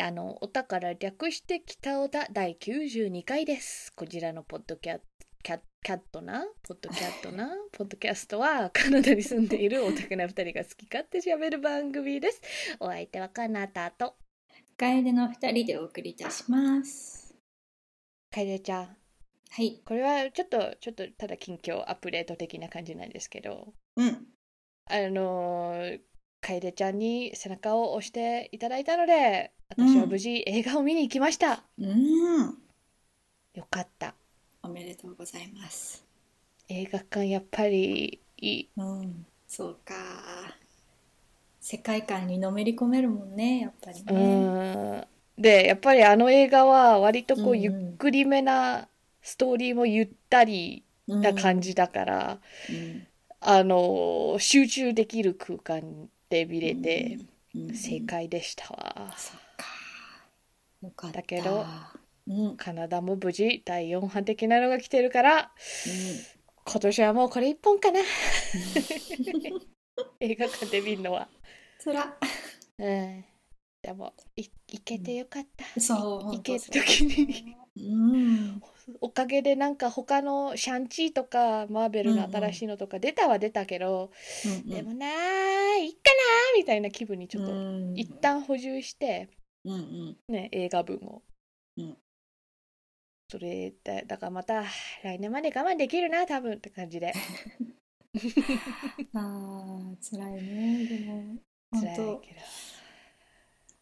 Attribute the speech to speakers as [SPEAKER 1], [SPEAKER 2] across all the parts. [SPEAKER 1] あの、おたから略して北尾田第92回です。こちらのポッドキャキャキャットな、ポッドキャットな、ポッドキャストは、カナダに住んでいるオタクな二人が好き勝手喋る番組です。お相手はカナダと、
[SPEAKER 2] 帰りの二人でお送りいたします。
[SPEAKER 1] カエデちゃん。
[SPEAKER 2] はい。
[SPEAKER 1] これはちょっと、ちょっと、ただ近況アップデート的な感じなんですけど、
[SPEAKER 2] うん。
[SPEAKER 1] あのー、カエデちゃんに背中を押していただいたので、私は無事映画を見に行きました。
[SPEAKER 2] うん。
[SPEAKER 1] よかった。
[SPEAKER 2] おめでとうございます。
[SPEAKER 1] 映画館やっぱりいい
[SPEAKER 2] うん。そうか。世界観にのめり込めるもんね、やっぱり
[SPEAKER 1] う
[SPEAKER 2] ね。
[SPEAKER 1] ーんでやっぱりあの映画は割とこ
[SPEAKER 2] うんう
[SPEAKER 1] うんゆっくりめなストーリーもゆったり
[SPEAKER 2] うん
[SPEAKER 1] な感。じだから、
[SPEAKER 2] うん
[SPEAKER 1] あのー集中できる空間で見れて、
[SPEAKER 2] うん
[SPEAKER 1] 正解でしたわ。
[SPEAKER 2] そっか。よかった。
[SPEAKER 1] だけど
[SPEAKER 2] うん。うん。
[SPEAKER 1] カナダも無事第4波的なのが来てるから今年はもうこれ一本かな 映画館で見るのは。
[SPEAKER 2] そら。
[SPEAKER 1] うん、でもい行けてよかった。
[SPEAKER 2] そう、
[SPEAKER 1] い
[SPEAKER 2] 本
[SPEAKER 1] 行け
[SPEAKER 2] 当
[SPEAKER 1] る
[SPEAKER 2] そ
[SPEAKER 1] 時
[SPEAKER 2] う。
[SPEAKER 1] に。
[SPEAKER 2] うん。
[SPEAKER 1] おかげでなんか他のシャンチーとかマーベルの新しいのとか出たは出たけど、でもなーいっかなーみたいな気分にちょっと
[SPEAKER 2] と
[SPEAKER 1] 一。旦補充して、
[SPEAKER 2] うんうん。
[SPEAKER 1] ね、映画分を、
[SPEAKER 2] うん
[SPEAKER 1] それでだからまた来年まで我慢できるな多分って感じで
[SPEAKER 2] ああ、辛いね。でも、
[SPEAKER 1] 辛
[SPEAKER 2] 本
[SPEAKER 1] い
[SPEAKER 2] 当。
[SPEAKER 1] け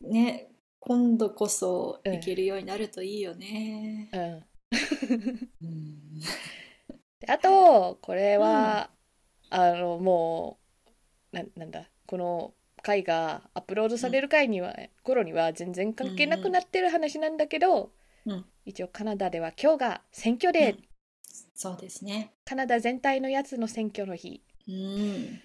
[SPEAKER 1] ど
[SPEAKER 2] ね、今度こそ
[SPEAKER 1] うん
[SPEAKER 2] 行けるようになるといいよね。
[SPEAKER 1] うん
[SPEAKER 2] うん。
[SPEAKER 1] であとこれは、あのもうななんだこの回がアップロードされる回には、頃には全然関係なくなってる話なんだけど、
[SPEAKER 2] うん
[SPEAKER 1] 一応カナダでは今日が選挙デー、
[SPEAKER 2] うんそうですね。
[SPEAKER 1] カナダ全体のやつの選挙の日
[SPEAKER 2] うん。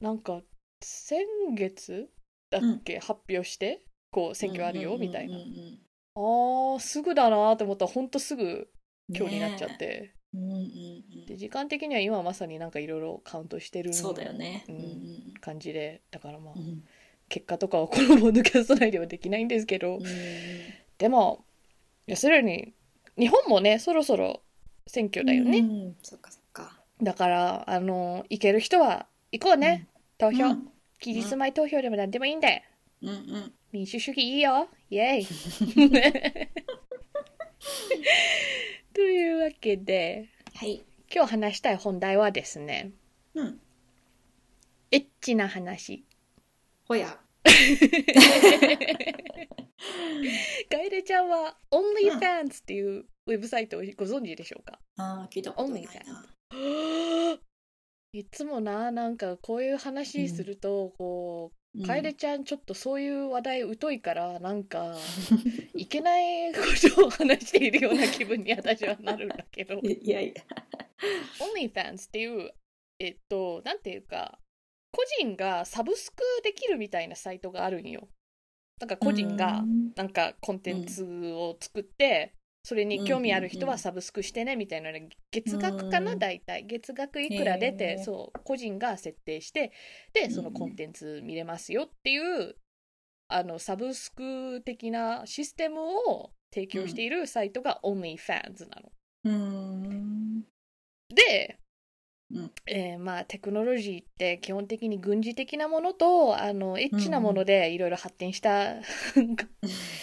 [SPEAKER 1] なんか先月だっけ、発表してこう選挙あるよみたいな、
[SPEAKER 2] うんうんうんうん
[SPEAKER 1] あーすぐだなと思ったらほんとすぐ今日になっちゃっ
[SPEAKER 2] ね
[SPEAKER 1] て、
[SPEAKER 2] え。うんうんう
[SPEAKER 1] で時間的には今まさになんかいろいろカウントしてる
[SPEAKER 2] ん。そうだよね。
[SPEAKER 1] う
[SPEAKER 2] うんん
[SPEAKER 1] 感じでだからまあ、
[SPEAKER 2] うんうん。
[SPEAKER 1] 結果とかはこのポッドキャスト内ではできないんですけど、
[SPEAKER 2] うん
[SPEAKER 1] でも要するに日本もねそろそろ選挙だよね、
[SPEAKER 2] うん。そっかそっか。
[SPEAKER 1] だからあの行ける人は行こうね、投票、
[SPEAKER 2] うん
[SPEAKER 1] 期日前投票でも何でもいいんで
[SPEAKER 2] うんうん。
[SPEAKER 1] 民主主義いいよイエ イというわけで
[SPEAKER 2] はい。
[SPEAKER 1] 今日話したい本題はですね
[SPEAKER 2] うん。
[SPEAKER 1] エッチな話
[SPEAKER 2] ほや。
[SPEAKER 1] ガイレちゃんは OnlyFans っていうウェブサイトをご存知でしょうか
[SPEAKER 2] ああ、聞いたことない
[SPEAKER 1] 音楽
[SPEAKER 2] な。
[SPEAKER 1] いつもななんかこういう話すると、こう
[SPEAKER 2] う
[SPEAKER 1] ん楓ちゃんちょっとそういう話題疎いからなんかいけないことを話しているような気分に私はなるんだけ ど
[SPEAKER 2] いいやいや。
[SPEAKER 1] OnlyFans っていうえっとなんていうか個人がサブスクできるみたいなサイトがあるんよなんか個人が
[SPEAKER 2] うん
[SPEAKER 1] なんかコンテンツを作って、それに興味ある人はサブスクしてねみたいなので月額かな、
[SPEAKER 2] うん
[SPEAKER 1] 大体月額いくら出て、
[SPEAKER 2] へー
[SPEAKER 1] そう個人が設定してでその
[SPEAKER 2] うん
[SPEAKER 1] コンテンツ見れますよっていうあのサブスク的なシステムを提供しているサイトが OnlyFans なの。
[SPEAKER 2] うん。
[SPEAKER 1] で、
[SPEAKER 2] うん
[SPEAKER 1] えーまあテクノロジーって基本的に軍事的なものとあのエッチなものでいろいろ発展した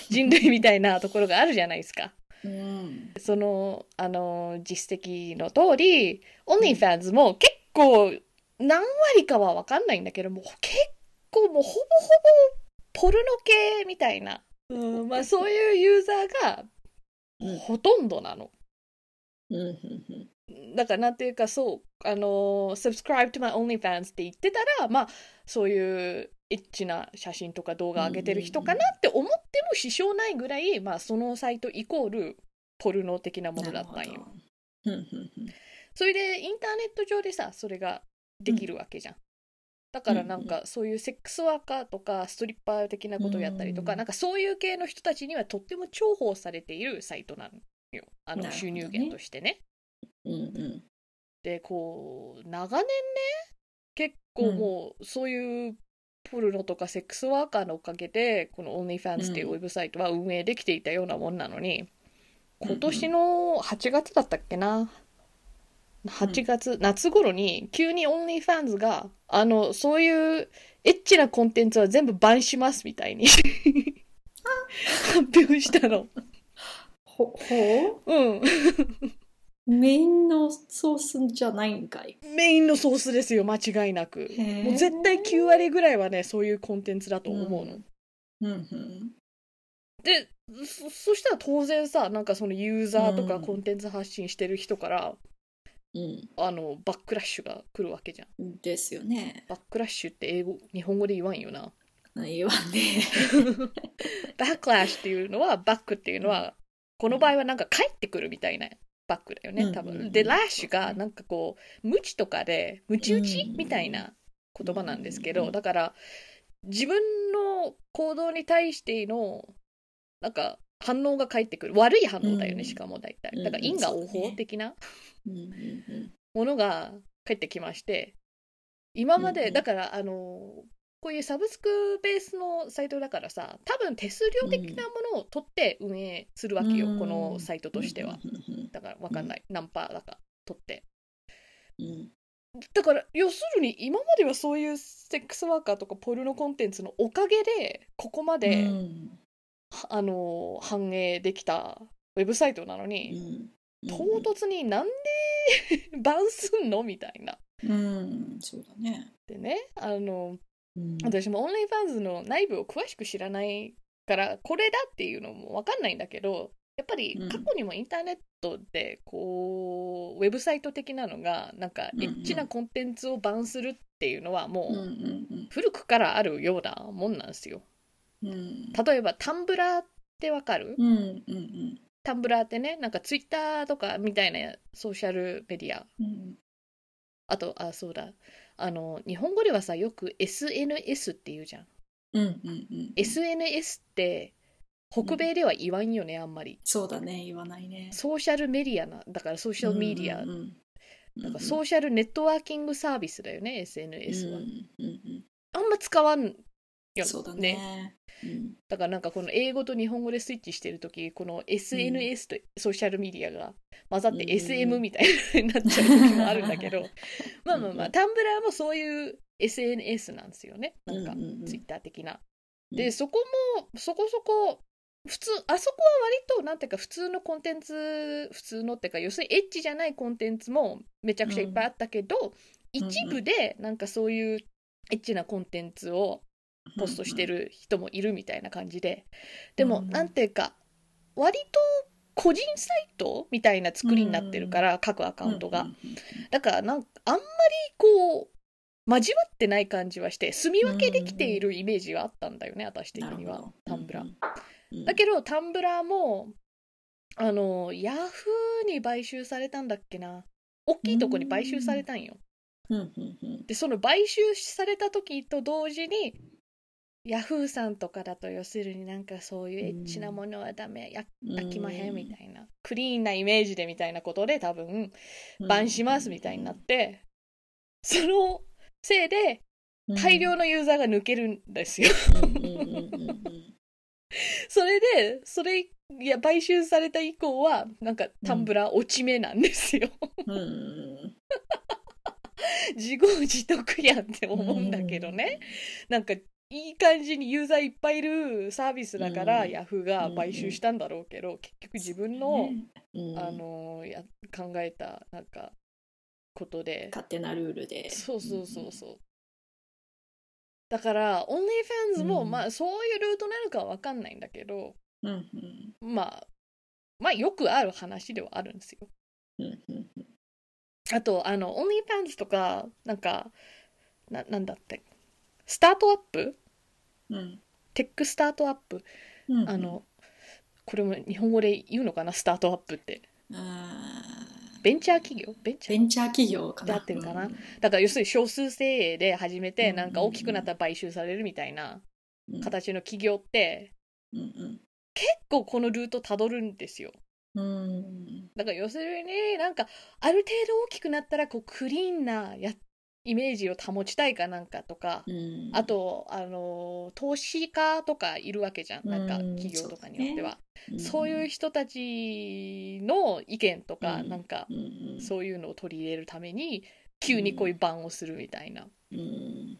[SPEAKER 1] 人類みたいなところがあるじゃないですか。
[SPEAKER 2] うん。
[SPEAKER 1] その、あの、実績の通り、OnlyFans も結構、何割かは分かんないんだけども、結構もうほぼほぼ、ポルノ系みたいな、うんまあそういうユーザーが
[SPEAKER 2] うん、
[SPEAKER 1] ほとんどなの。
[SPEAKER 2] うんうん
[SPEAKER 1] だからなんていうか、そう、あの、subscribe to my OnlyFans って言ってたら、まあ、そういう、エッチな写真とか動画上げてる人かなって思っても支障ないぐらい、まあ、そのサイトイコール、ポルノ的な
[SPEAKER 2] う
[SPEAKER 1] も
[SPEAKER 2] ん。
[SPEAKER 1] のだった
[SPEAKER 2] なんる
[SPEAKER 1] よ
[SPEAKER 2] ほ。どうんうんうん。
[SPEAKER 1] それでインターネット上でさそれができるわけじゃん、だからなんかそういうセックスワーカーとかストリッパー的なことをやったりとか、
[SPEAKER 2] うん
[SPEAKER 1] なんかそういう系の人たちにはとっても重宝されているサイトなのよあの
[SPEAKER 2] なるほどね
[SPEAKER 1] 収入源としてね
[SPEAKER 2] うんうん。
[SPEAKER 1] でこう長年ね結構もうそういうポルノとかセックスワーカーのおかげでこの OnlyFans っていうウェブサイトは運営できていたようなもんなのに、
[SPEAKER 2] うん
[SPEAKER 1] 今年の8月だったっけな8月、夏頃に急に OnlyFans があのそういうエッチなコンテンツは全部バンしますみたいに発表したの。
[SPEAKER 2] ほほ
[SPEAKER 1] うん
[SPEAKER 2] うメインのソースじゃないんかい
[SPEAKER 1] メインのソースですよ間違いなく
[SPEAKER 2] へー
[SPEAKER 1] もう絶対9割ぐらいはねそういうコンテンツだと思うの、
[SPEAKER 2] うんうんうん
[SPEAKER 1] でそそしたら当然さなんかそのユーザーとか
[SPEAKER 2] うん
[SPEAKER 1] コンテンツ発信してる人から、
[SPEAKER 2] う
[SPEAKER 1] あのバックラッシュが来るわけじゃん
[SPEAKER 2] んですよね
[SPEAKER 1] バックラッシュって英語日本語で言わんよな
[SPEAKER 2] 言わね
[SPEAKER 1] バックラッシュっていうのはバックっていうのは、この場合はなんか帰ってくるみたいなバックだよね多分、
[SPEAKER 2] うんうんうん
[SPEAKER 1] でラッシュがなんかこう無知とかで無知打
[SPEAKER 2] うん
[SPEAKER 1] ち
[SPEAKER 2] うん
[SPEAKER 1] みたいな言葉なんですけど、
[SPEAKER 2] うんうん
[SPEAKER 1] だから自分の行動に対してのなんか反応が返ってくる悪い反応だよね、
[SPEAKER 2] うん
[SPEAKER 1] しかも大体
[SPEAKER 2] うん
[SPEAKER 1] だから因果応報的な
[SPEAKER 2] うんうん
[SPEAKER 1] ものが返ってきまして今ま
[SPEAKER 2] うん
[SPEAKER 1] で
[SPEAKER 2] うん
[SPEAKER 1] だからあのこういうサブスクベースのサイトだからさ多分手数料的なものを取って運営するわけよ、
[SPEAKER 2] うん
[SPEAKER 1] このサイトとしては、
[SPEAKER 2] うんうん
[SPEAKER 1] だから分かんない、何パーだか取って
[SPEAKER 2] うんうん
[SPEAKER 1] だから要するに今まではそういうセックスワーカーとかポルノコンテンツのおかげでここまで、
[SPEAKER 2] うん
[SPEAKER 1] はあの反映できたウェブサイトなの
[SPEAKER 2] う
[SPEAKER 1] に、
[SPEAKER 2] ん
[SPEAKER 1] 唐突になんで バンすんのみたいな。
[SPEAKER 2] うんそうだね
[SPEAKER 1] でねあの
[SPEAKER 2] うん
[SPEAKER 1] 私も OnlyFans の内部を詳しく知らないからこれだっていうのも分かんないんだけどやっぱり
[SPEAKER 2] うん
[SPEAKER 1] 過去にもインターネットでこうウェブサイト的なのがなんか
[SPEAKER 2] うんうん
[SPEAKER 1] エッチなコンテンツをバンするっていうのはも
[SPEAKER 2] うん
[SPEAKER 1] う
[SPEAKER 2] うん
[SPEAKER 1] 古くからあるようなもんなんですよ。
[SPEAKER 2] うんうん
[SPEAKER 1] 例えばタンブラーってわかる
[SPEAKER 2] うんうんうん
[SPEAKER 1] タンブラーってねなんかツイッターとかみたいなソーシャルメディア
[SPEAKER 2] うん
[SPEAKER 1] あとあそうだあの日本語ではさよく SNS っていうじゃん。
[SPEAKER 2] うんうんうん
[SPEAKER 1] SNS って北米では言わんよね、あんまり
[SPEAKER 2] そうだね言わないね
[SPEAKER 1] ソーシャルメディアなだからソーシャルメディア、
[SPEAKER 2] うんうんうん
[SPEAKER 1] なんかソーシャルネットワーキングサービスだよね
[SPEAKER 2] うん
[SPEAKER 1] SNS は、
[SPEAKER 2] うんうん
[SPEAKER 1] あんま使わんよ
[SPEAKER 2] うんそうだねうん
[SPEAKER 1] だからなんかこの英語と日本語でスイッチしてる時この SNS とソーシャルメディアが混ざっ
[SPEAKER 2] う
[SPEAKER 1] て
[SPEAKER 2] ん
[SPEAKER 1] SM みたいになっちゃう時もあるんだ けど、まあまあま
[SPEAKER 2] う
[SPEAKER 1] あ
[SPEAKER 2] ん
[SPEAKER 1] タンブラーもそういう SNS なんですよねなんか
[SPEAKER 2] うんうんうん
[SPEAKER 1] ツイッター的な。
[SPEAKER 2] うん
[SPEAKER 1] でそこもそこそこ普通あそこは割となんていうか普通のコンテンツ普通のっていうか要するにエッチじゃないコンテンツもめちゃくちゃいっぱいあったけど、
[SPEAKER 2] うん
[SPEAKER 1] 一部でなんかそういうエッチなコンテンツをポストしてる人もいるみたいな感じででも
[SPEAKER 2] うん
[SPEAKER 1] なんていうか割と個人サイトみたいな作りになってるから各アカウントがだからなんかあんまりこう交わってない感じはして住み分けできているイメージはあったんだよね私的にはタンブラー。
[SPEAKER 2] ー
[SPEAKER 1] だけどタンブラーもあのヤフーに買収されたんだっけな大きいとこに買収されたんよ。
[SPEAKER 2] うんうんうん
[SPEAKER 1] でその買収された時と同時にヤフーさんとかだと要するになんかそういうエッチなものはダメ、や
[SPEAKER 2] うん
[SPEAKER 1] 飽きまへんみたいなクリーンなイメージでみたいなことで多分バンしますみたいになってそのせいで大量のユーザーが抜けるんですよ。
[SPEAKER 2] うんうんうんうんうん
[SPEAKER 1] それでそれいや買収された以降はなんかタンブラー落ち目なんですよ。
[SPEAKER 2] うんうん
[SPEAKER 1] 自業自得やんって思うんだけどね、なんかいい感じにユーザーいっぱいいるサービスだから、
[SPEAKER 2] うん
[SPEAKER 1] ヤフーが買収したんだろうけど、結局自分の,、
[SPEAKER 2] うん
[SPEAKER 1] あのや考えたなんかことで
[SPEAKER 2] 勝手なルールで
[SPEAKER 1] そうそうそうそう、だから OnlyFans も、
[SPEAKER 2] うん
[SPEAKER 1] まあそういうルートなのかは分かんないんだけど
[SPEAKER 2] うんうん
[SPEAKER 1] まあまあよくある話ではあるんですよ
[SPEAKER 2] うんうん
[SPEAKER 1] あと、あの、OnlyFans とか、なんか、な、なんだって、スタートアップ
[SPEAKER 2] うん
[SPEAKER 1] テックスタートアップ
[SPEAKER 2] うんうん
[SPEAKER 1] あの、これも日本語で言うのかなスタートアップって。
[SPEAKER 2] あー
[SPEAKER 1] ベンチャー企業ベンチャ
[SPEAKER 2] ベ
[SPEAKER 1] ー
[SPEAKER 2] ンチャー企業かな
[SPEAKER 1] だってるかな
[SPEAKER 2] うん
[SPEAKER 1] だから要するに少数精鋭で始め
[SPEAKER 2] うんうん
[SPEAKER 1] て、
[SPEAKER 2] うん
[SPEAKER 1] なんか大きくなったら買収されるみたいな
[SPEAKER 2] うん
[SPEAKER 1] 形の企業って、
[SPEAKER 2] うん
[SPEAKER 1] 結構このルートたどるんですよ。
[SPEAKER 2] うんうん
[SPEAKER 1] だから要するに、なんか、ある程度大きくなったら、こう、クリーンなやイメージを保ちたいかなんかとか、
[SPEAKER 2] うん、
[SPEAKER 1] あとあの投資家とかいるわけじゃんなんか
[SPEAKER 2] うん
[SPEAKER 1] 企業とかによっては、
[SPEAKER 2] ん
[SPEAKER 1] そういう人たちの意見とか、
[SPEAKER 2] うん
[SPEAKER 1] なんか
[SPEAKER 2] うん
[SPEAKER 1] そういうのを取り入れるために急にこういうバンをするみたいな。
[SPEAKER 2] うん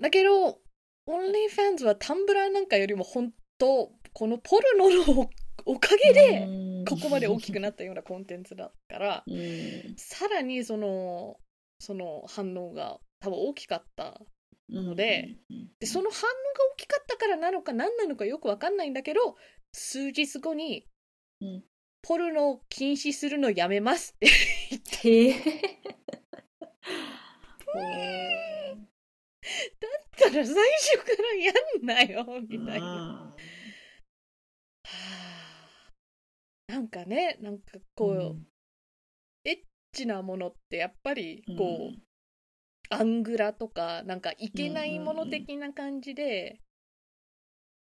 [SPEAKER 1] だけど OnlyFans はタンブラーなんかよりも本当このポルノのおかげで
[SPEAKER 2] うん
[SPEAKER 1] ここまで大きくなったようなコンテンツだから
[SPEAKER 2] うん
[SPEAKER 1] さらにそのその反応が多分大きかった
[SPEAKER 2] の
[SPEAKER 1] で、でその反応が大きかったからなのか何なのかよく分かんないんだけど数日後に、
[SPEAKER 2] うん
[SPEAKER 1] ポルノを禁止するのやめますって
[SPEAKER 2] へえ。へー
[SPEAKER 1] 言ったら最初からやんなよみたいな。はあなんかねなんかこう、エッチなものってやっぱり
[SPEAKER 2] うん
[SPEAKER 1] こう、アングラとかなんかいけないもの的な感じで、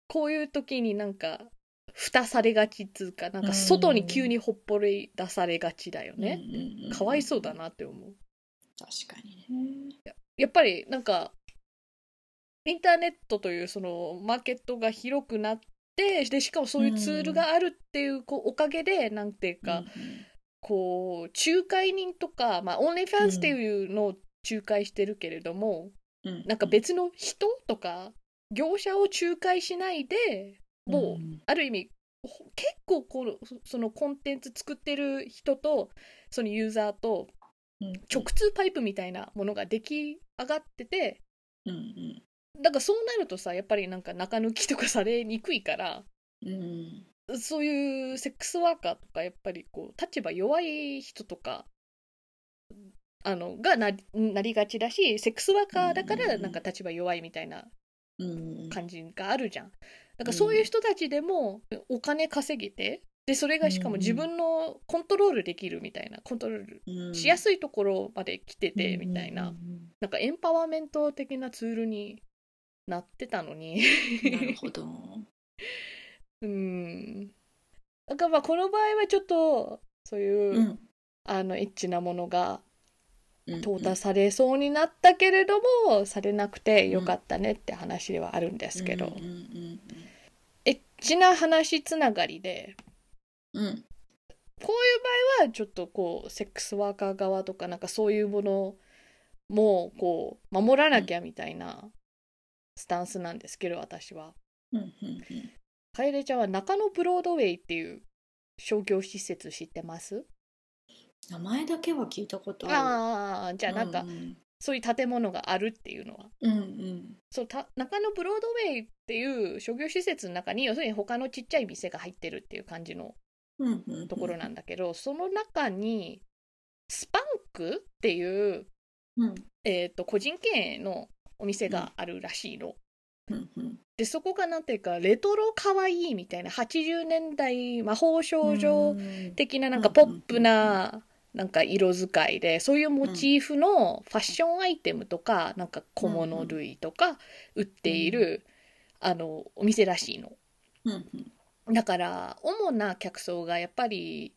[SPEAKER 1] こういう時になんか蓋されがちっつうかなんか外に急にほっぽり出されがちだよ
[SPEAKER 2] うん
[SPEAKER 1] ね、
[SPEAKER 2] うんうん
[SPEAKER 1] かわいそうだなって思う
[SPEAKER 2] 確かにね
[SPEAKER 1] やっぱりなんかインターネットというそのマーケットが広くなってでしかもそういうツールがあるっていうこうおかげでなんていうか、こう仲介人とか、まあ、オンラインファンスっていうのを仲介してるけれども、
[SPEAKER 2] う
[SPEAKER 1] なんか別の人とか業者を仲介しないでもう、
[SPEAKER 2] うん
[SPEAKER 1] ある意味ほ結構このそそのコンテンツ作ってる人とそのユーザーと
[SPEAKER 2] うん
[SPEAKER 1] 直通パイプみたいなものが出来上がってて
[SPEAKER 2] うんうん
[SPEAKER 1] だからそうなるとさやっぱりなんか中抜きとかされにくいから
[SPEAKER 2] うん
[SPEAKER 1] そういうセックスワーカーとかやっぱりこう立場弱い人とかあのがなりなりがちだしセックスワーカーだか
[SPEAKER 2] うんうん
[SPEAKER 1] ら
[SPEAKER 2] うん
[SPEAKER 1] なんか立場弱いみたいな
[SPEAKER 2] うん
[SPEAKER 1] 感じがあるじゃん。だからそういう人たちでもお金稼げてでそれがしかも自分のコントロールできるみたいなコントロール
[SPEAKER 2] うん
[SPEAKER 1] しやすいところまで来ててみたいな、
[SPEAKER 2] うんうん
[SPEAKER 1] なんかエンパワーメント的なツールになってたのに
[SPEAKER 2] うんなるほど
[SPEAKER 1] うんだからまあこの場合はちょっとそういう、
[SPEAKER 2] うん
[SPEAKER 1] あのエッチなものが
[SPEAKER 2] うん
[SPEAKER 1] 淘汰されそうになったけれども、されなくてよかったねって話ではあるんですけど、
[SPEAKER 2] うんうん
[SPEAKER 1] エッチな話つながりで
[SPEAKER 2] うんうん
[SPEAKER 1] こういう場合はちょっとこうセックスワーカー側とかなんかそういうものもこう守らなきゃみたいなスタンスなんですけど私は。
[SPEAKER 2] うんうんうん
[SPEAKER 1] 楓ちゃんは中野ブロードウェイっていう商業施設知ってます
[SPEAKER 2] 名前だけは聞いたことある
[SPEAKER 1] ああじゃあなんか
[SPEAKER 2] うん
[SPEAKER 1] そういう建物があるっていうのは。
[SPEAKER 2] うんうん
[SPEAKER 1] そうた中野ブロードウェイっていう商業施設の中に要するに他のちっちゃい店が入ってるっていう感じの
[SPEAKER 2] うんうんうん
[SPEAKER 1] ところなんだけど、その中にスパンクっていう
[SPEAKER 2] うん
[SPEAKER 1] えー、と個人経営のお店があるらしいの。
[SPEAKER 2] うんうん
[SPEAKER 1] でそこがなんていうかレトロかわいいみたいな80年代魔法少女
[SPEAKER 2] うん
[SPEAKER 1] 的ななんかポップななんか色使いでそういうモチーフのファッションアイテムとかなんか小物類とか売っているあのお店らしいの。
[SPEAKER 2] うんうん
[SPEAKER 1] だから主な客層がやっぱり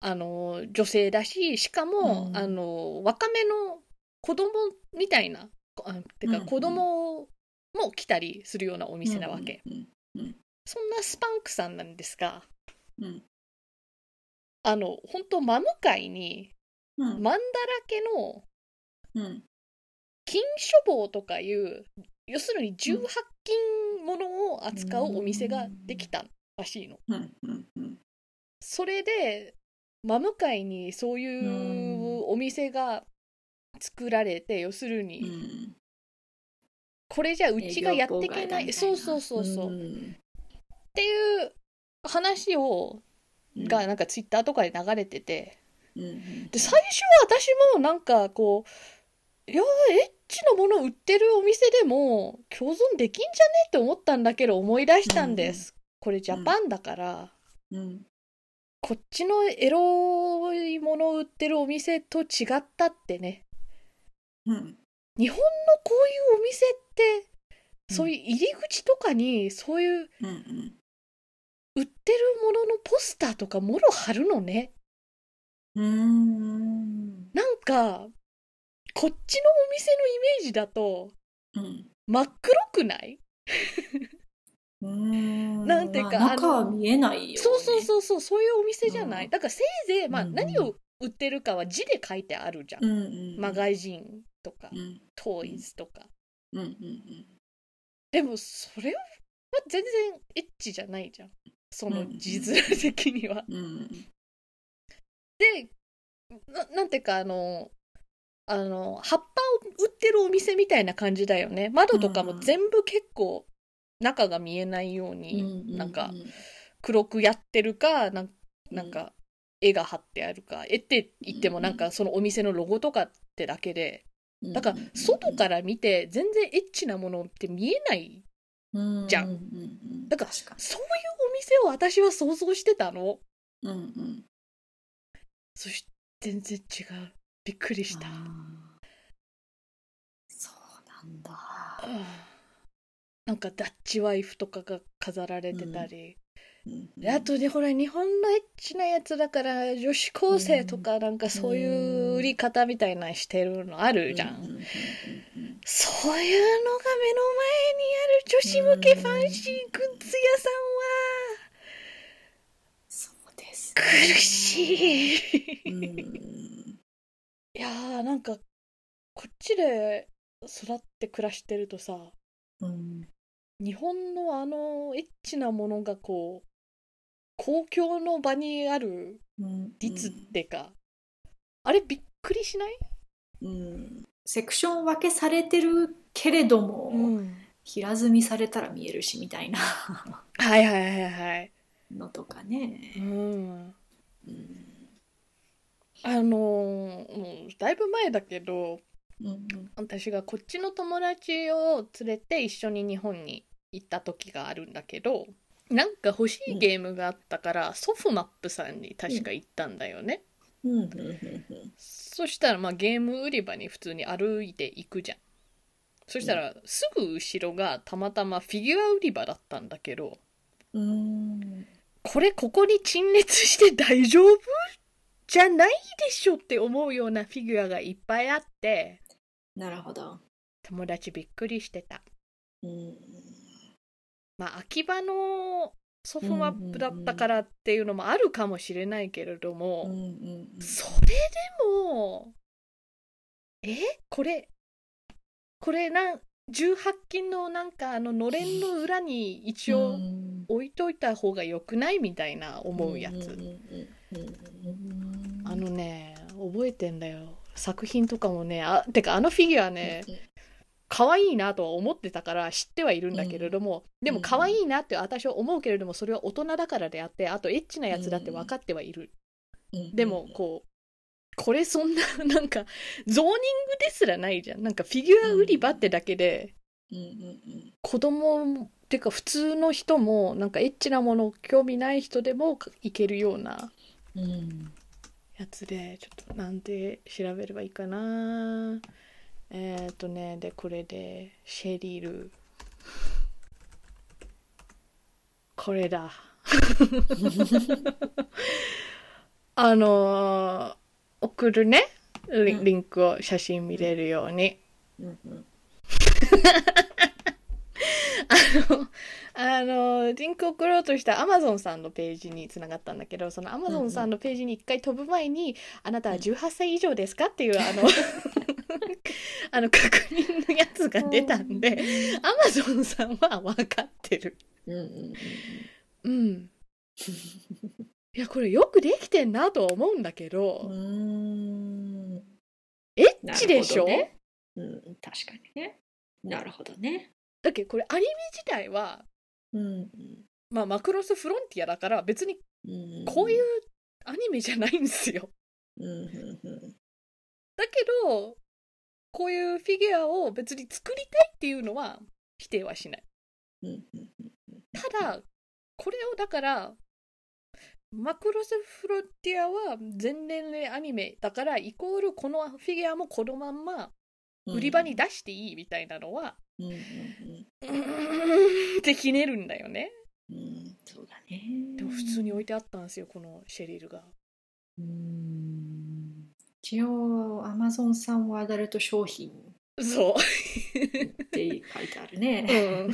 [SPEAKER 1] あの女性だししかも、
[SPEAKER 2] うん
[SPEAKER 1] あの若めの子供みたいなこあてか
[SPEAKER 2] うん
[SPEAKER 1] 子供も来たりするようなお店なわけ、
[SPEAKER 2] うん
[SPEAKER 1] そんなスパンクさんなんですが
[SPEAKER 2] うん
[SPEAKER 1] あの本当真向かいに
[SPEAKER 2] うん
[SPEAKER 1] マンだらけの
[SPEAKER 2] うん
[SPEAKER 1] 金書房とかいう要するに18金ものを扱うお店ができたらしいの。
[SPEAKER 2] うんうんうん
[SPEAKER 1] それで真向かいにそういうお店が作られて、要するに、
[SPEAKER 2] うん
[SPEAKER 1] これじゃうちがやっていけ
[SPEAKER 2] 営業妨害だ
[SPEAKER 1] な
[SPEAKER 2] みた
[SPEAKER 1] い
[SPEAKER 2] いな
[SPEAKER 1] そうそうそうそう、っ
[SPEAKER 2] ん
[SPEAKER 1] ていう話を
[SPEAKER 2] うん
[SPEAKER 1] がなんかツイッターとかで流れてて
[SPEAKER 2] うんうん
[SPEAKER 1] で最初は私もなんかこういやエッチなもの売ってるお店でも共存できんじゃねって思ったんだけど思い出したんです、これジャパンだから。
[SPEAKER 2] うん
[SPEAKER 1] こっちのエロいものを売ってるお店と違ったってね
[SPEAKER 2] うん
[SPEAKER 1] 日本のこういうお店って
[SPEAKER 2] うん
[SPEAKER 1] そういう入り口とかにそういう
[SPEAKER 2] うんうん
[SPEAKER 1] 売ってるもののポスターとかもろ貼るのね
[SPEAKER 2] うーん
[SPEAKER 1] なんかこっちのお店のイメージだと
[SPEAKER 2] うん
[SPEAKER 1] 真っ黒くないう
[SPEAKER 2] ーん
[SPEAKER 1] なんていうか
[SPEAKER 2] まあ
[SPEAKER 1] あの
[SPEAKER 2] 中は見えないよ、ね、
[SPEAKER 1] そうそうそうそうそういうお店じゃない、
[SPEAKER 2] うん
[SPEAKER 1] だからせいぜい、まあ、
[SPEAKER 2] うんうん
[SPEAKER 1] 何を売ってるかは字で書いてあるじゃん、
[SPEAKER 2] うんうん
[SPEAKER 1] マガジンとか、
[SPEAKER 2] うん
[SPEAKER 1] トイズとか
[SPEAKER 2] うんうんうん
[SPEAKER 1] でもそれは全然エッチじゃないじゃんその
[SPEAKER 2] うん
[SPEAKER 1] 字面的には、
[SPEAKER 2] うん
[SPEAKER 1] でななんていうかあのあの葉っぱを売ってるお店みたいな感じだよね窓とかも全部結構中が見えないよう
[SPEAKER 2] う
[SPEAKER 1] に
[SPEAKER 2] ん
[SPEAKER 1] なんか
[SPEAKER 2] うん
[SPEAKER 1] 黒くやってるかなん
[SPEAKER 2] うん
[SPEAKER 1] なんか絵が貼ってあるか絵って言ってもなんかそのお店のロゴとかってだけでだから外から見て全然エッチなものって見えないじゃん
[SPEAKER 2] ううううん
[SPEAKER 1] だから
[SPEAKER 2] 確か
[SPEAKER 1] そういうお店を私は想像してたの
[SPEAKER 2] にうんうん
[SPEAKER 1] そして全然違うびっくりした。
[SPEAKER 2] あーそうなんだ
[SPEAKER 1] なんかダッチワイフとかが飾られてたり、
[SPEAKER 2] うんうん
[SPEAKER 1] であとねほら日本のエッチなやつだから女子高生とかなんかそういう売り方みたいなのしてるのあるじゃん、
[SPEAKER 2] ううううんうん
[SPEAKER 1] そういうのが目の前にある女子向けファンシーグッズ屋さんは
[SPEAKER 2] そうです
[SPEAKER 1] 苦しい
[SPEAKER 2] いうん
[SPEAKER 1] いやーなんかこっちで育って暮らしてるとさ
[SPEAKER 2] うん
[SPEAKER 1] 日本のあのエッチなものがこう公共の場にある
[SPEAKER 2] うん
[SPEAKER 1] 率ってか、あれびっくりしない、
[SPEAKER 2] うんセクション分けされてるけれども、平積みされたら見えるしみたいな
[SPEAKER 1] はいはいはいはい、
[SPEAKER 2] のとかね、
[SPEAKER 1] ん、
[SPEAKER 2] うん
[SPEAKER 1] あのーもうだいぶ前だけど
[SPEAKER 2] うん
[SPEAKER 1] 私がこっちの友達を連れて一緒に日本に行った時があるんだけどなんか欲しいゲームがあったから、ソフマップさんに確か行ったんだよね、
[SPEAKER 2] うんうんうん
[SPEAKER 1] そしたらまあゲーム売り場に普通に歩いていくじゃんそしたらすぐ後ろがたまたまフィギュア売り場だったんだけど
[SPEAKER 2] うんうん
[SPEAKER 1] これここに陳列して大丈夫じゃないでしょって思うようなフィギュアがいっぱいあって
[SPEAKER 2] なるほど、
[SPEAKER 1] 友達びっくりしてた
[SPEAKER 2] うん、
[SPEAKER 1] まあ秋葉のソフトマップだったからっていうのもあるかもしれないけれども、
[SPEAKER 2] うんうんうん
[SPEAKER 1] それでもえこれこれなん18金のなんかあののれんの裏に一応
[SPEAKER 2] うん
[SPEAKER 1] 置いといた方が良くないみたいな思うやつ、
[SPEAKER 2] うんうんうんうん
[SPEAKER 1] あのね覚えてんだよ作品とかもねあてかあのフィギュアね可愛いなとは思ってたから知ってはいるんだけれども、
[SPEAKER 2] ん
[SPEAKER 1] でも可愛いなって私は思うけれどもそれは大人だからであってあとエッチなやつだって分かってはいる、
[SPEAKER 2] うん
[SPEAKER 1] でもこうこれそんな なんかゾーニングですらないじゃんなんかフィギュア売り場ってだけで
[SPEAKER 2] うんうん
[SPEAKER 1] 子供もてか普通の人もなんかエッチなもの興味ない人でもいけるような
[SPEAKER 2] うんうん
[SPEAKER 1] やつでちょっとなんて調べればいいかなえっ、とねでこれでシェリルこれだあのー送るねリ
[SPEAKER 2] うん
[SPEAKER 1] リンクを写真見れるように、
[SPEAKER 2] うんうん
[SPEAKER 1] あのーリンクを送ろうとしたアマゾンさんのページにつながったんだけどそのアマゾンさんのページに一回飛ぶ前に「あなたは18歳以上ですか?」っていうあのあの確認のやつが出たんでアマゾンさんは分かってる。
[SPEAKER 2] うんうん
[SPEAKER 1] うん、 いやこれよくできてんなとは思うんだけ
[SPEAKER 2] う
[SPEAKER 1] ど、
[SPEAKER 2] んうん
[SPEAKER 1] エッチでしょ、
[SPEAKER 2] なるほどねうん確かにねなるほどね
[SPEAKER 1] だっけこれアニメ自体は、
[SPEAKER 2] うん
[SPEAKER 1] まあ、マクロスフロンティアだから別に
[SPEAKER 2] うん
[SPEAKER 1] こういうアニメじゃないんですよ。
[SPEAKER 2] うんうんうん
[SPEAKER 1] だけどこういうフィギュアを別に作りたいっていうのは否定はしない
[SPEAKER 2] うんうん
[SPEAKER 1] ただこれをだからマクロスフロンティアは全年齢アニメだからイコールこのフィギュアもこのまんま売り場に出していいみたいなの は、
[SPEAKER 2] うんうんうん
[SPEAKER 1] うーんってひねるんだよね
[SPEAKER 2] うんそうだね
[SPEAKER 1] でも普通に置いてあったんですよこのシェリルが
[SPEAKER 2] うん一応アマゾンさんはアダルト商品っ
[SPEAKER 1] そう。
[SPEAKER 2] て書いてある ね。
[SPEAKER 1] うん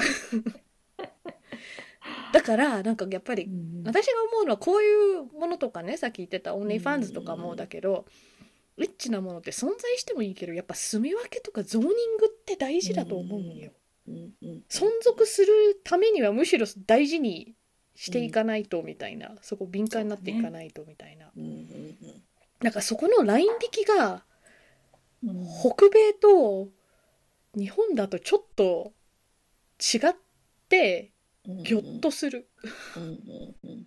[SPEAKER 1] だからなんかやっぱり
[SPEAKER 2] うん
[SPEAKER 1] 私が思うのはこういうものとかねさっき言ってたオンリーファンズとかもだけど、エッチなものって存在してもいいけどやっぱ住み分けとかゾーニングって大事だと思うんよ。
[SPEAKER 2] うんうん
[SPEAKER 1] 存続するためにはむしろ大事にしていかないとみたいな、そこ敏感になっていかないとみたいな、
[SPEAKER 2] うんうん
[SPEAKER 1] なんかそこのライン引きが
[SPEAKER 2] うんうん
[SPEAKER 1] 北米と日本だとちょっと違ってぎょっとする。
[SPEAKER 2] うんうんうん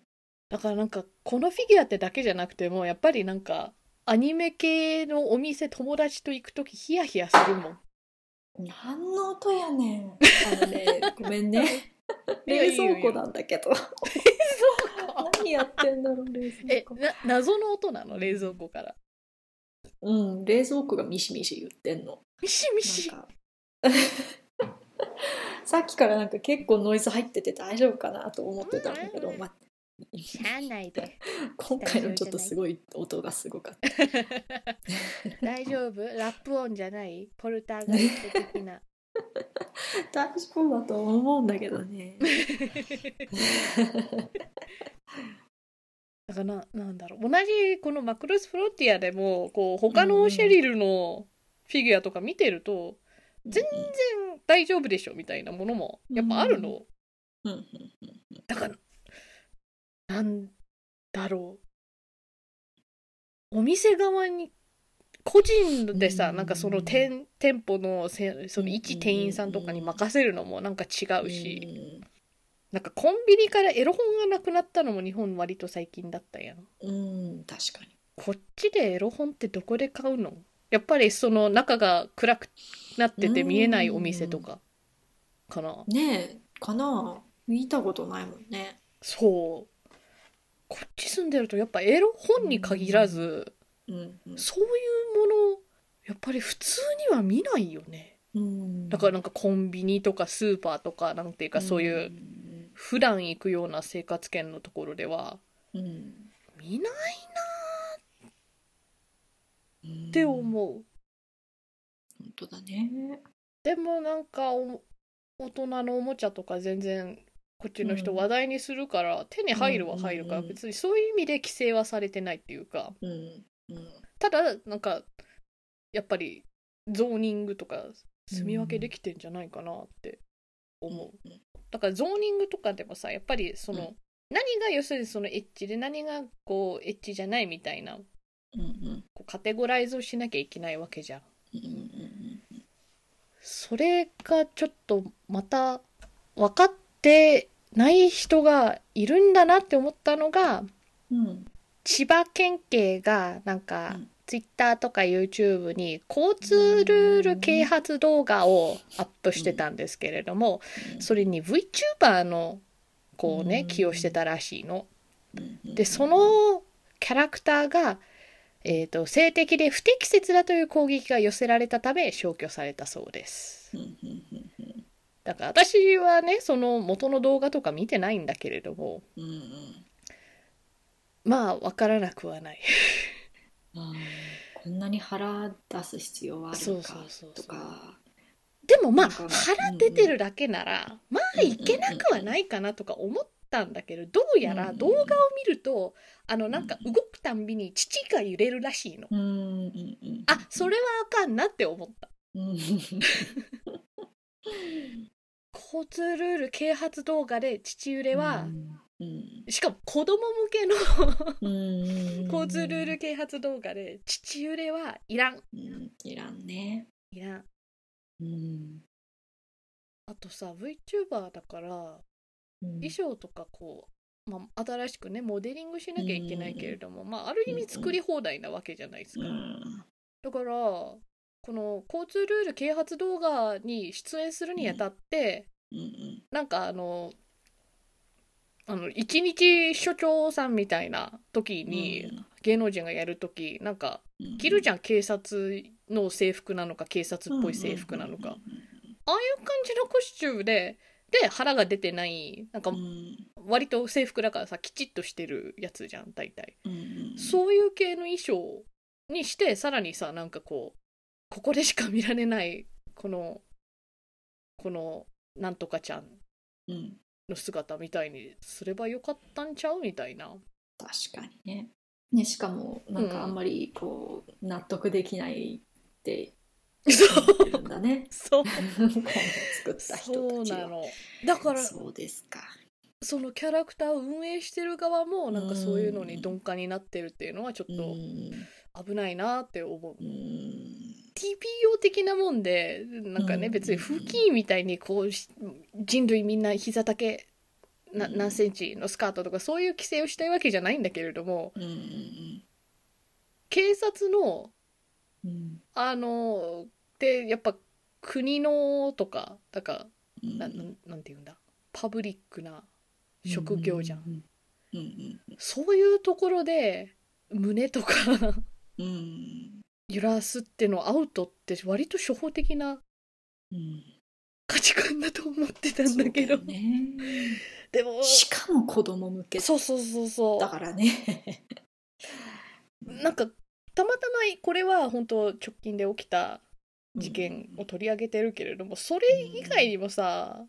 [SPEAKER 1] だからなんかこのフィギュアってだけじゃなくてもやっぱりなんかアニメ系のお店友達と行く時ヒヤヒヤするもん。
[SPEAKER 2] 何の音やねん。あのね、ごめんね。
[SPEAKER 1] いやい
[SPEAKER 2] 冷
[SPEAKER 1] いよ
[SPEAKER 2] 蔵庫なんだけど。何やってんだろう、冷蔵
[SPEAKER 1] え
[SPEAKER 2] 庫。
[SPEAKER 1] な謎の音なの冷蔵庫から。
[SPEAKER 2] うん、冷蔵庫がミシミシ言ってんの。
[SPEAKER 1] ミシミシ。
[SPEAKER 2] なんか さっきからなんか結構ノイズ入ってて大丈夫かなと思ってたんだけど、
[SPEAKER 1] うん
[SPEAKER 2] まあ、
[SPEAKER 1] しゃあないで。
[SPEAKER 2] 今回のちょっとすごい音がすごかった。
[SPEAKER 1] 大丈夫ラップ音じゃないポルターガイスト的な。
[SPEAKER 2] 大丈夫だと思うんだけどね。
[SPEAKER 1] だからななんだろう同じこのマクロスフロンティアでもこう他のシェリルのフィギュアとか見てると 全全然大丈夫でしょみたいなものもやっぱあるの。
[SPEAKER 2] ううんうん
[SPEAKER 1] だから、なんだろう。お店側に、個人でさ、
[SPEAKER 2] うん
[SPEAKER 1] なんかその店店舗のせその一店員さんとかに任せるのもなんか違
[SPEAKER 2] うん
[SPEAKER 1] うし、なんかコンビニからエロ本がなくなったのも日本割と最近だったやん。
[SPEAKER 2] うん、確かに。
[SPEAKER 1] こっちでエロ本ってどこで買うのやっぱりその中が暗くなってて見えないお店とかかな。
[SPEAKER 2] ねえ、かな見たことないもんね。
[SPEAKER 1] そう。こっち住んでるとやっぱエロ本に限らず、
[SPEAKER 2] うんうん
[SPEAKER 1] そういうものやっぱり普通には見ないよね。
[SPEAKER 2] うん、
[SPEAKER 1] だからなんかコンビニとかスーパーとかなんていうかそういうん普段行くような生活圏のところでは
[SPEAKER 2] うん
[SPEAKER 1] 見ない
[SPEAKER 2] うん、
[SPEAKER 1] って思う。
[SPEAKER 2] 本当だね。
[SPEAKER 1] でもなんかお大人のおもちゃとか全然こっちの人
[SPEAKER 2] うん
[SPEAKER 1] 話題にするから手に入るは入るから
[SPEAKER 2] うんうんうん
[SPEAKER 1] 別にそういう意味で規制はされてないっていうか。
[SPEAKER 2] うんうん
[SPEAKER 1] ただなんかやっぱりゾーニングとか住み分けできてんじゃないかなって思う、
[SPEAKER 2] うんうん
[SPEAKER 1] だからゾーニングとかでもさやっぱりその、
[SPEAKER 2] う
[SPEAKER 1] 何が要するにそのエッチで何がこうエッチじゃないみたいな
[SPEAKER 2] うんうん
[SPEAKER 1] こうカテゴライズをしなきゃいけないわけじゃん
[SPEAKER 2] うんうん
[SPEAKER 1] それがちょっとまた分かってない人がいるんだなって思ったのが
[SPEAKER 2] うんうん
[SPEAKER 1] 千葉県警がなんか、
[SPEAKER 2] うん
[SPEAKER 1] ツイッターとか YouTube に交通ルール啓発動画をアップしてたんですけれども、それに VTuber のこうね、
[SPEAKER 2] うん
[SPEAKER 1] 起用してたらしいの。で
[SPEAKER 2] で
[SPEAKER 1] そのキャラクターが、えー、と性的で不適切だという攻撃が寄せられたため消去されたそうです。だから私はねその元の動画とか見てないんだけれどもまあ分からなくはない。
[SPEAKER 2] こんなに腹出す必要はある
[SPEAKER 1] そ
[SPEAKER 2] の
[SPEAKER 1] うそう
[SPEAKER 2] か
[SPEAKER 1] そうそう
[SPEAKER 2] とか
[SPEAKER 1] でもまあ
[SPEAKER 2] なんか
[SPEAKER 1] 腹出てるだけなら、まあいけなくはないかなとか思ったんだけどどうやら動画を見るとあのなんか動くたんびに乳が揺れるらしいの。
[SPEAKER 2] うんうんうん
[SPEAKER 1] あそれはあかんなって思った。
[SPEAKER 2] うん
[SPEAKER 1] 交通ルール啓発動画で父揺れは、
[SPEAKER 2] うん
[SPEAKER 1] しかも子供向けの
[SPEAKER 2] うん
[SPEAKER 1] 交通ルール啓発動画で父揺れはいらん
[SPEAKER 2] うんいらんね
[SPEAKER 1] いらん
[SPEAKER 2] うん
[SPEAKER 1] あとさ VTuber だから
[SPEAKER 2] うん
[SPEAKER 1] 衣装とかこう、まあ、新しくねモデリングしなきゃいけないけれども、まあ、ある意味作り放題なわけじゃないです
[SPEAKER 2] う
[SPEAKER 1] か、
[SPEAKER 2] ん
[SPEAKER 1] だからこの交通ルール啓発動画に出演するにあたって、
[SPEAKER 2] うん
[SPEAKER 1] なんかあのあの一日所長さんみたいな時に、芸能人がやる時なんか
[SPEAKER 2] うん
[SPEAKER 1] 着るじゃん警察の制服なのか警察っぽい制服なのか、ああいう感じのコスチュームでで腹が出てないなんか
[SPEAKER 2] うんうん
[SPEAKER 1] 割と制服だからさきちっとしてるやつじゃん大体
[SPEAKER 2] うんうん
[SPEAKER 1] そういう系の衣装にしてさらにさなんかこうここでしか見られないこのこのなんとかちゃん
[SPEAKER 2] うん、
[SPEAKER 1] の姿みたいにすればよかったんちゃうみたいな
[SPEAKER 2] 確かにねねしかもなん
[SPEAKER 1] うん
[SPEAKER 2] かあんまりこう納得できないって
[SPEAKER 1] そう
[SPEAKER 2] 言ってるんだ ね
[SPEAKER 1] そう
[SPEAKER 2] この作った人
[SPEAKER 1] そう
[SPEAKER 2] たち
[SPEAKER 1] な
[SPEAKER 2] は
[SPEAKER 1] のだから
[SPEAKER 2] そうですか
[SPEAKER 1] そのキャラクターを運営してる側もなんかそういうのに
[SPEAKER 2] うん
[SPEAKER 1] 鈍感になってるっていうのはちょ
[SPEAKER 2] う
[SPEAKER 1] っ
[SPEAKER 2] ん
[SPEAKER 1] と危ないなって思う
[SPEAKER 2] うん
[SPEAKER 1] TPO 的なもんでなんかね、
[SPEAKER 2] うん
[SPEAKER 1] 別に風紀委員みたいにこうし人類みんな膝丈な
[SPEAKER 2] うん
[SPEAKER 1] 何センチのスカートとかそういう規制をしたいわけじゃないんだけれども
[SPEAKER 2] うんうん
[SPEAKER 1] 警察の
[SPEAKER 2] うん
[SPEAKER 1] あのでやっぱ国のとかだから
[SPEAKER 2] うん
[SPEAKER 1] ななんなんて言うんだパブリックな職業じゃん、
[SPEAKER 2] うんうん
[SPEAKER 1] そういうところで胸とか
[SPEAKER 2] うんうん
[SPEAKER 1] 揺らすってのアウトって割と初歩的な
[SPEAKER 2] うん
[SPEAKER 1] 価値観だと思ってたんだけど
[SPEAKER 2] そうだよね
[SPEAKER 1] でも
[SPEAKER 2] しかも子供向け
[SPEAKER 1] そうそうそうそう
[SPEAKER 2] だからね
[SPEAKER 1] なんかたまたまこれは本当直近で起きた事件を取り上げてるけれども、それ以外にもさ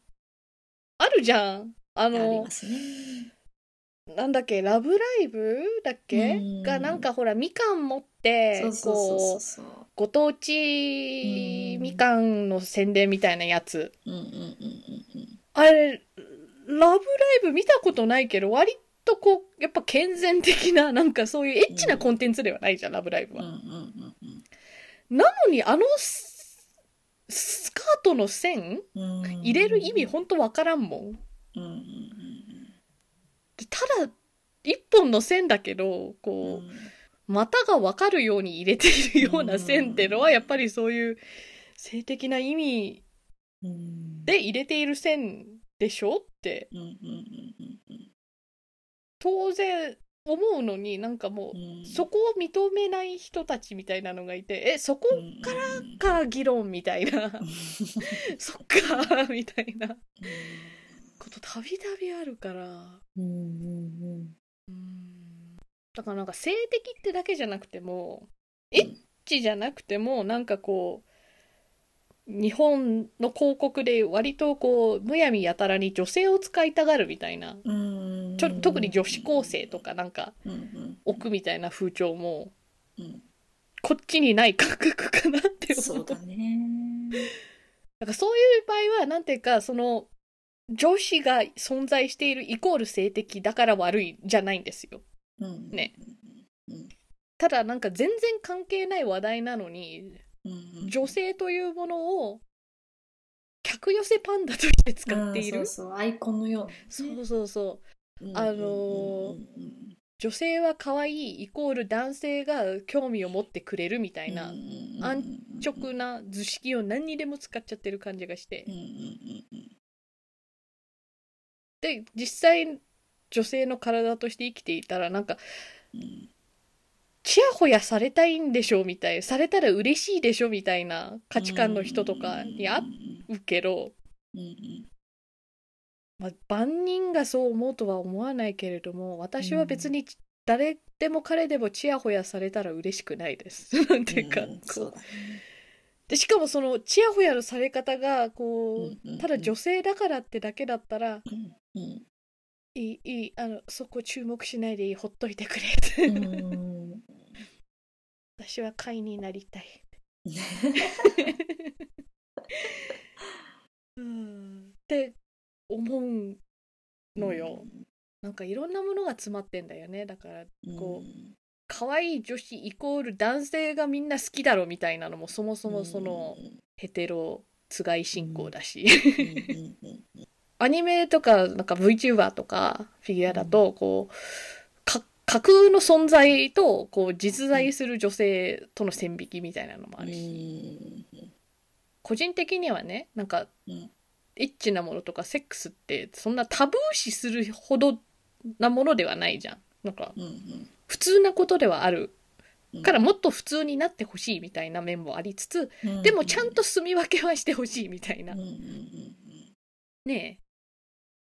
[SPEAKER 1] あるじゃんあ
[SPEAKER 2] あり
[SPEAKER 1] の
[SPEAKER 2] ますね
[SPEAKER 1] なんだっけ「ラブライブ」だっけ、
[SPEAKER 2] うん
[SPEAKER 1] がなんかほらみかん持って
[SPEAKER 2] そうそうそう
[SPEAKER 1] こ
[SPEAKER 2] そうそう
[SPEAKER 1] うご当地みかんの宣伝みたいなやつ
[SPEAKER 2] うんうんうんうんうん
[SPEAKER 1] あれ「ラブライブ」見たことないけど割とこうやっぱ健全的ななんかそういうエッチなコンテンツではないじゃん「ラブライブ」は
[SPEAKER 2] うん。うん
[SPEAKER 1] なのにあのススカートの線
[SPEAKER 2] うんうん
[SPEAKER 1] 入れる意味ほんとわからんもん。
[SPEAKER 2] うんうんうん
[SPEAKER 1] でただ一本の線だけど
[SPEAKER 2] うんう
[SPEAKER 1] こ
[SPEAKER 2] ん
[SPEAKER 1] う股がわかるように入れているような線ってのは
[SPEAKER 2] うん
[SPEAKER 1] やっぱりそういう性的な意味
[SPEAKER 2] うん
[SPEAKER 1] で入れている線でしょって
[SPEAKER 2] うんうんうんうんうん
[SPEAKER 1] 当然思うのになんかもう。
[SPEAKER 2] うん
[SPEAKER 1] そこを認めない人たちみたいなのがいてえそこから
[SPEAKER 2] うん
[SPEAKER 1] か議論みたい なそっかみたいなことたびたびあるから
[SPEAKER 2] うんうんうん
[SPEAKER 1] うんだからなんか性的ってだけじゃなくてもエッチじゃなくてもなんかこう日本の広告で割とこうむやみやたらに女性を使いたがるみたいな
[SPEAKER 2] うん
[SPEAKER 1] ちょ特に女子高生とかなんか
[SPEAKER 2] うんうん
[SPEAKER 1] 置くみたいな風潮も
[SPEAKER 2] うん
[SPEAKER 1] こっちにない感覚かなって
[SPEAKER 2] そ
[SPEAKER 1] 思
[SPEAKER 2] う
[SPEAKER 1] う。だ
[SPEAKER 2] だね
[SPEAKER 1] からそういう場合はなんていうかその女子が存在しているイコール性的だから悪いじゃないんですよ。
[SPEAKER 2] うん
[SPEAKER 1] ね
[SPEAKER 2] うん
[SPEAKER 1] ただなんか全然関係ない話題なのに
[SPEAKER 2] うん
[SPEAKER 1] 女性というものを客寄せパンダとして使っている、
[SPEAKER 2] うん
[SPEAKER 1] そ
[SPEAKER 2] そうそうアイコンのよ
[SPEAKER 1] うそうそう
[SPEAKER 2] うな
[SPEAKER 1] あのー女性は可愛いイコール男性が興味を持ってくれるみたいな安直な図式を何にでも使っちゃってる感じがして
[SPEAKER 2] うんうんうん
[SPEAKER 1] で実際女性の体として生きていたらなんか
[SPEAKER 2] うん
[SPEAKER 1] ちやほやされたいんでしょうみたいされたら嬉しいでしょみたいな価値観の人とかにあうけど
[SPEAKER 2] うんうん
[SPEAKER 1] まあ、万人がそう思うとは思わないけれども私は別に誰でも彼でもちやほやされたら嬉しくないです。 なんていうか、
[SPEAKER 2] うん
[SPEAKER 1] こう
[SPEAKER 2] そうだね
[SPEAKER 1] でしかもそのちやほやのされ方がこう、
[SPEAKER 2] うんうんうん
[SPEAKER 1] ただ女性だからってだけだったら、
[SPEAKER 2] うん
[SPEAKER 1] いいいいあのそこ注目しないでいいほっといてくれって、
[SPEAKER 2] うん
[SPEAKER 1] 私は会になりたい。うんって思うのよ。なんかいろんなものが詰まってんだよねだからこ可愛い女子イコール男性がみんな好きだろみたいなのもそもそもそのヘテロつがい信仰だし、
[SPEAKER 2] うんうんうん
[SPEAKER 1] アニメとかなんか VTuber とかフィギュアだとこうか架空の存在とこう実在する女性との線引きみたいなのもあるし、個人的にはねなんか
[SPEAKER 2] うん
[SPEAKER 1] エッチなものとかセックスってそんなタブー視するほどなものではないじゃん。なんか
[SPEAKER 2] うんうん
[SPEAKER 1] 普通なことではある
[SPEAKER 2] うん
[SPEAKER 1] からもっと普通になってほしいみたいな面もありつつでもちゃんと住み分けはしてほしいみたいな
[SPEAKER 2] うんうん
[SPEAKER 1] ね
[SPEAKER 2] うん
[SPEAKER 1] え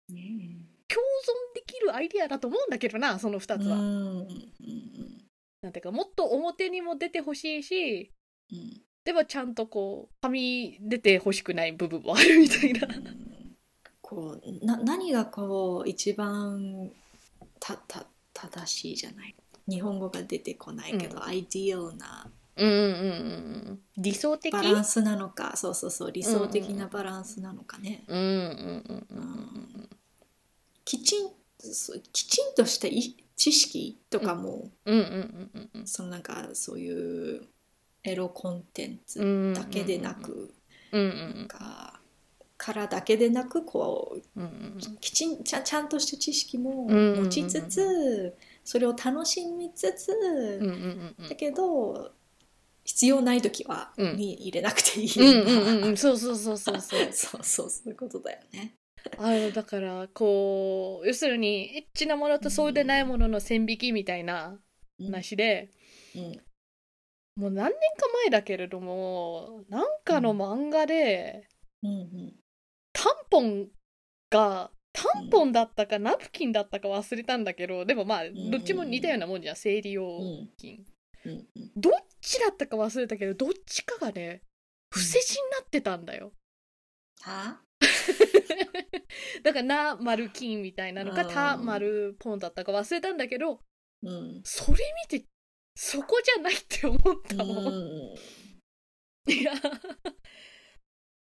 [SPEAKER 2] うんね
[SPEAKER 1] 共存できるアイディアだと思うんだけどなその2
[SPEAKER 2] え
[SPEAKER 1] つは。
[SPEAKER 2] うんうんうん
[SPEAKER 1] なんていうかもっと表にも出てほしいし
[SPEAKER 2] うん
[SPEAKER 1] でもちゃんとこうはみ出てほしくない部分もあるみたいな。
[SPEAKER 2] うんこうな何がこう一番たた正しいじゃない日本語が出てこないけど、アイディアルな
[SPEAKER 1] うんうんうんうん理想的
[SPEAKER 2] バランスなのかそうそうそう理想的なバランスなのかね、
[SPEAKER 1] うんうんうんうん
[SPEAKER 2] うんきちんそうきちんとしたい知識とかも、
[SPEAKER 1] うんうんうんうんうん
[SPEAKER 2] そのなんかそういうエロコンテン
[SPEAKER 1] う
[SPEAKER 2] ツ
[SPEAKER 1] ん
[SPEAKER 2] だけでなく、
[SPEAKER 1] うんう
[SPEAKER 2] なん
[SPEAKER 1] ん
[SPEAKER 2] かからだけでなくこう
[SPEAKER 1] うんうん
[SPEAKER 2] きちんちゃちゃんとした知識も
[SPEAKER 1] うん
[SPEAKER 2] 持ちつつ、それを楽しみつつ、
[SPEAKER 1] うんうんうんうん
[SPEAKER 2] だけど必要ない時は、
[SPEAKER 1] うん
[SPEAKER 2] に入れなくていい、
[SPEAKER 1] うんうんうんうんそうそうそうそうそう
[SPEAKER 2] そうそうそういうことだよね。
[SPEAKER 1] あのだからこう要するにエッチなものとそうでないものの線引きみたいな話で、
[SPEAKER 2] うん
[SPEAKER 1] もう何年か前だけれどもなんかの漫画で、
[SPEAKER 2] うんうん
[SPEAKER 1] タンポンがタンポンだったかナプキンだったか忘れたんだけどでもまあ
[SPEAKER 2] ん
[SPEAKER 1] どっちも似たようなもんじゃん生理用
[SPEAKER 2] うん
[SPEAKER 1] 品
[SPEAKER 2] うんうん
[SPEAKER 1] どっちだったか忘れたけどどっちかがね伏せ字になってたんだよ
[SPEAKER 2] は
[SPEAKER 1] だからな丸金みたいなのか
[SPEAKER 2] あー
[SPEAKER 1] た丸ポンだったか忘れたんだけど
[SPEAKER 2] うん
[SPEAKER 1] それ見てそこじゃないって思ったもん、
[SPEAKER 2] うん
[SPEAKER 1] いや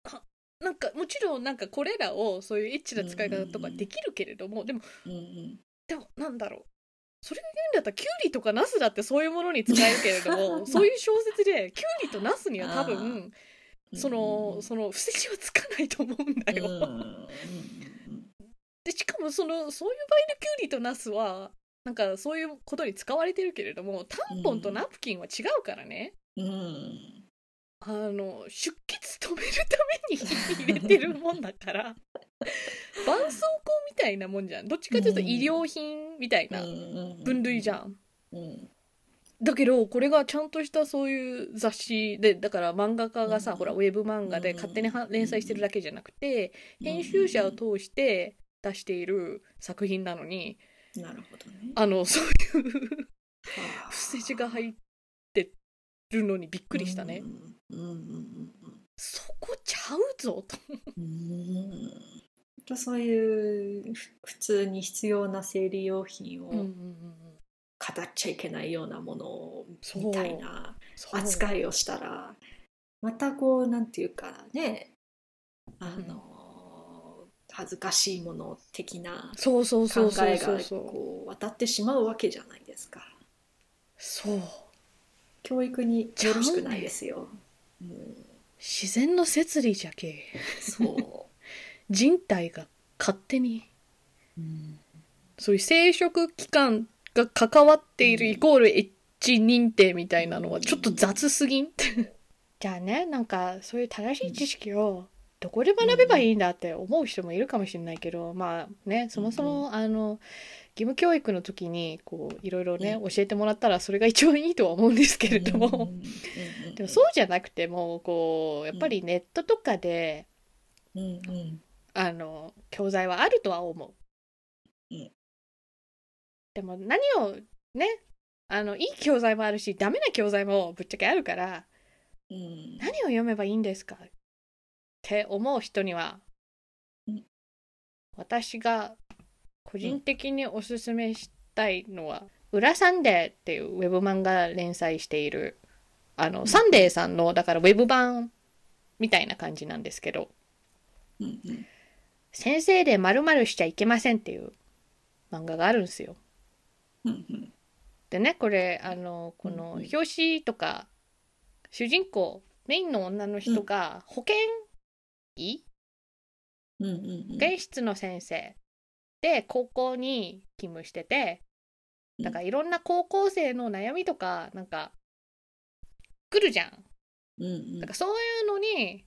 [SPEAKER 1] あなんかもちろんなんかこれらをそういうエッチな使い方とかできるけれども、でも
[SPEAKER 2] うんうん
[SPEAKER 1] でもなんだろうそれが言うんだったらキュウリとかナスだってそういうものに使えるけれども そういう小説でキュウリとナスには多
[SPEAKER 2] あ
[SPEAKER 1] 分
[SPEAKER 2] うん
[SPEAKER 1] そのその不正字はつかないと思うんだよ。
[SPEAKER 2] うんうんうん
[SPEAKER 1] でしかもそのそういう場合のキュウリとナスはなんかそういうことに使われてるけれどもタンポンとナプキンは違うからね、
[SPEAKER 2] うん
[SPEAKER 1] あの出血止めるために入れてるもんだ から絆創膏みたいなもんじゃんどっちかというと医療品みたいな分類じゃん。
[SPEAKER 2] うん
[SPEAKER 1] だけどこれがちゃんとしたそういう雑誌でだから漫画家がさ、
[SPEAKER 2] うん
[SPEAKER 1] ほらウェブ漫画で勝手には連載してるだけじゃなくて、編集者を通して出している作品なのに
[SPEAKER 2] なるほどね
[SPEAKER 1] あのそういう
[SPEAKER 2] はあ
[SPEAKER 1] 不正字が入ってるのにびっくりしたね、
[SPEAKER 2] うんうんうん
[SPEAKER 1] そこちゃうぞと
[SPEAKER 2] うんうん本当そういうふ普通に必要な生理用品を
[SPEAKER 1] うんうんう
[SPEAKER 2] 語
[SPEAKER 1] ん
[SPEAKER 2] っちゃいけないようなものを
[SPEAKER 1] そう
[SPEAKER 2] みたいな
[SPEAKER 1] そう
[SPEAKER 2] 扱いをしたらまたこうなんていうかねあの恥ずかしいもの的な
[SPEAKER 1] そうそうそ
[SPEAKER 2] 考
[SPEAKER 1] うそう
[SPEAKER 2] え
[SPEAKER 1] そ
[SPEAKER 2] が
[SPEAKER 1] うそう
[SPEAKER 2] こう渡ってしまうわけじゃないですか。
[SPEAKER 1] そう
[SPEAKER 2] 教育によろしくないですよ。うん、
[SPEAKER 1] 自然の摂理じゃけ
[SPEAKER 2] そ
[SPEAKER 1] 人体が勝手に
[SPEAKER 2] う。うん、
[SPEAKER 1] そういう生殖器官が関わっている
[SPEAKER 2] うん
[SPEAKER 1] イコールエッチ認定みたいなのはちょっと雑すぎんじゃあねなんかそういう正しい知識をどこで学べばいいんだって思う人もいるかもしれないけど、まあねそもそも、あの義務教育の時にこういろいろね、教えてもらったらそれが一番いいとは思うんですけれども、でもそうじゃなくてもこうやっぱりネットとかで、
[SPEAKER 2] うんうん
[SPEAKER 1] あの教材はあるとは思う、
[SPEAKER 2] うん
[SPEAKER 1] でも何をねあのいい教材もあるしダメな教材もぶっちゃけあるから
[SPEAKER 2] うん
[SPEAKER 1] 何を読めばいいんですかって思う人には、
[SPEAKER 2] うん
[SPEAKER 1] 私が個人的におすすめしたいのは「裏サンデー」っていうウェブ漫画連載しているあの、
[SPEAKER 2] ん
[SPEAKER 1] サンデーさんのだからウェブ版みたいな感じなんですけど
[SPEAKER 2] うんうん
[SPEAKER 1] 先生で〇〇しちゃいけませんっていう漫画があるんですよ。
[SPEAKER 2] うんうん
[SPEAKER 1] でねこれあのこの
[SPEAKER 2] うんうん
[SPEAKER 1] 表紙とか主人公メインの女の人が保健医
[SPEAKER 2] うんうんう
[SPEAKER 1] 保
[SPEAKER 2] ん
[SPEAKER 1] 健室の先生で高校に勤務しててだからいろんな高校生の悩みとかなんか来るじゃん。
[SPEAKER 2] うんうん
[SPEAKER 1] だからそういうのに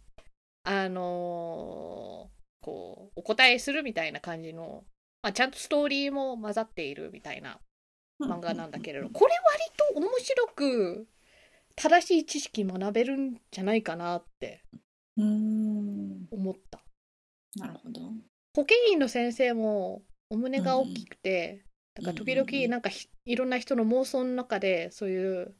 [SPEAKER 1] あのーこうお答えするみたいな感じの、まあ、ちゃんとストーリーも混ざっているみたいな漫画なんだけれどこれ割と面白く正しい知識学べるんじゃないかなって
[SPEAKER 2] うん
[SPEAKER 1] 思った
[SPEAKER 2] なるほど
[SPEAKER 1] 保健院の先生もお胸が大きくて、だから
[SPEAKER 2] うん
[SPEAKER 1] 時
[SPEAKER 2] うんうん
[SPEAKER 1] 々なんかひいろんな人の妄想の中でそういう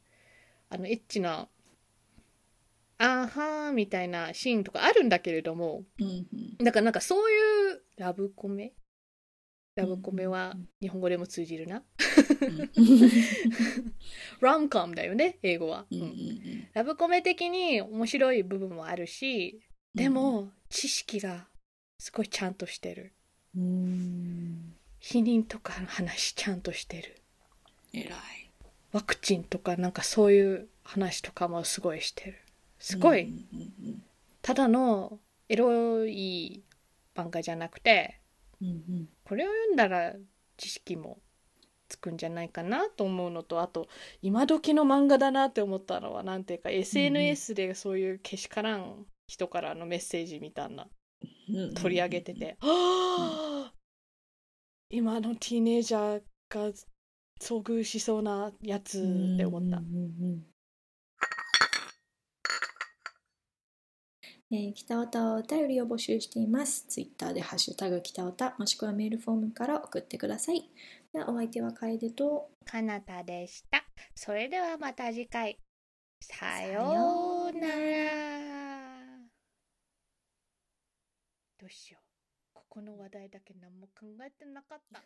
[SPEAKER 1] あのエッチな「あーはー」みたいなシーンとかあるんだけれども
[SPEAKER 2] うんうん
[SPEAKER 1] だからなんかそういうラブコメラブコメは日本語でも通じるな。ラムコムだよね英語は、
[SPEAKER 2] うんうんう
[SPEAKER 1] うん
[SPEAKER 2] ん
[SPEAKER 1] ラブコメ的に面白い部分もあるしでも知識がすごいちゃんとしてる
[SPEAKER 2] うん
[SPEAKER 1] 避妊とかの話ちゃんとしてる
[SPEAKER 2] 偉い
[SPEAKER 1] ワクチンとかなんかそういう話とかもすごいしてるすごい、
[SPEAKER 2] うんうん
[SPEAKER 1] ただのエロい漫画じゃなくて
[SPEAKER 2] うんうんうん
[SPEAKER 1] これを読んだら知識もつくんじゃないかなと思うのとあと今時の漫画だなって思ったのはなんていうか SNS でそういうけしからん人からのメッセージみたいな
[SPEAKER 2] うん
[SPEAKER 1] 取り上げてて、はあ今のティーネイジャーが遭遇しそうなやつって思った
[SPEAKER 2] うん。うんうんえー、北おたはお便りを募集しています。ツイッターでハッシュタグ北おた、もしくはメールフォームから送ってください。ではお相手は楓と、
[SPEAKER 1] かなたでした。それではまた次回。さ
[SPEAKER 2] よ
[SPEAKER 1] よ
[SPEAKER 2] う
[SPEAKER 1] う
[SPEAKER 2] な
[SPEAKER 1] な
[SPEAKER 2] ら
[SPEAKER 1] ら。どうしよう。ここの話題だけ何も考えてなかった。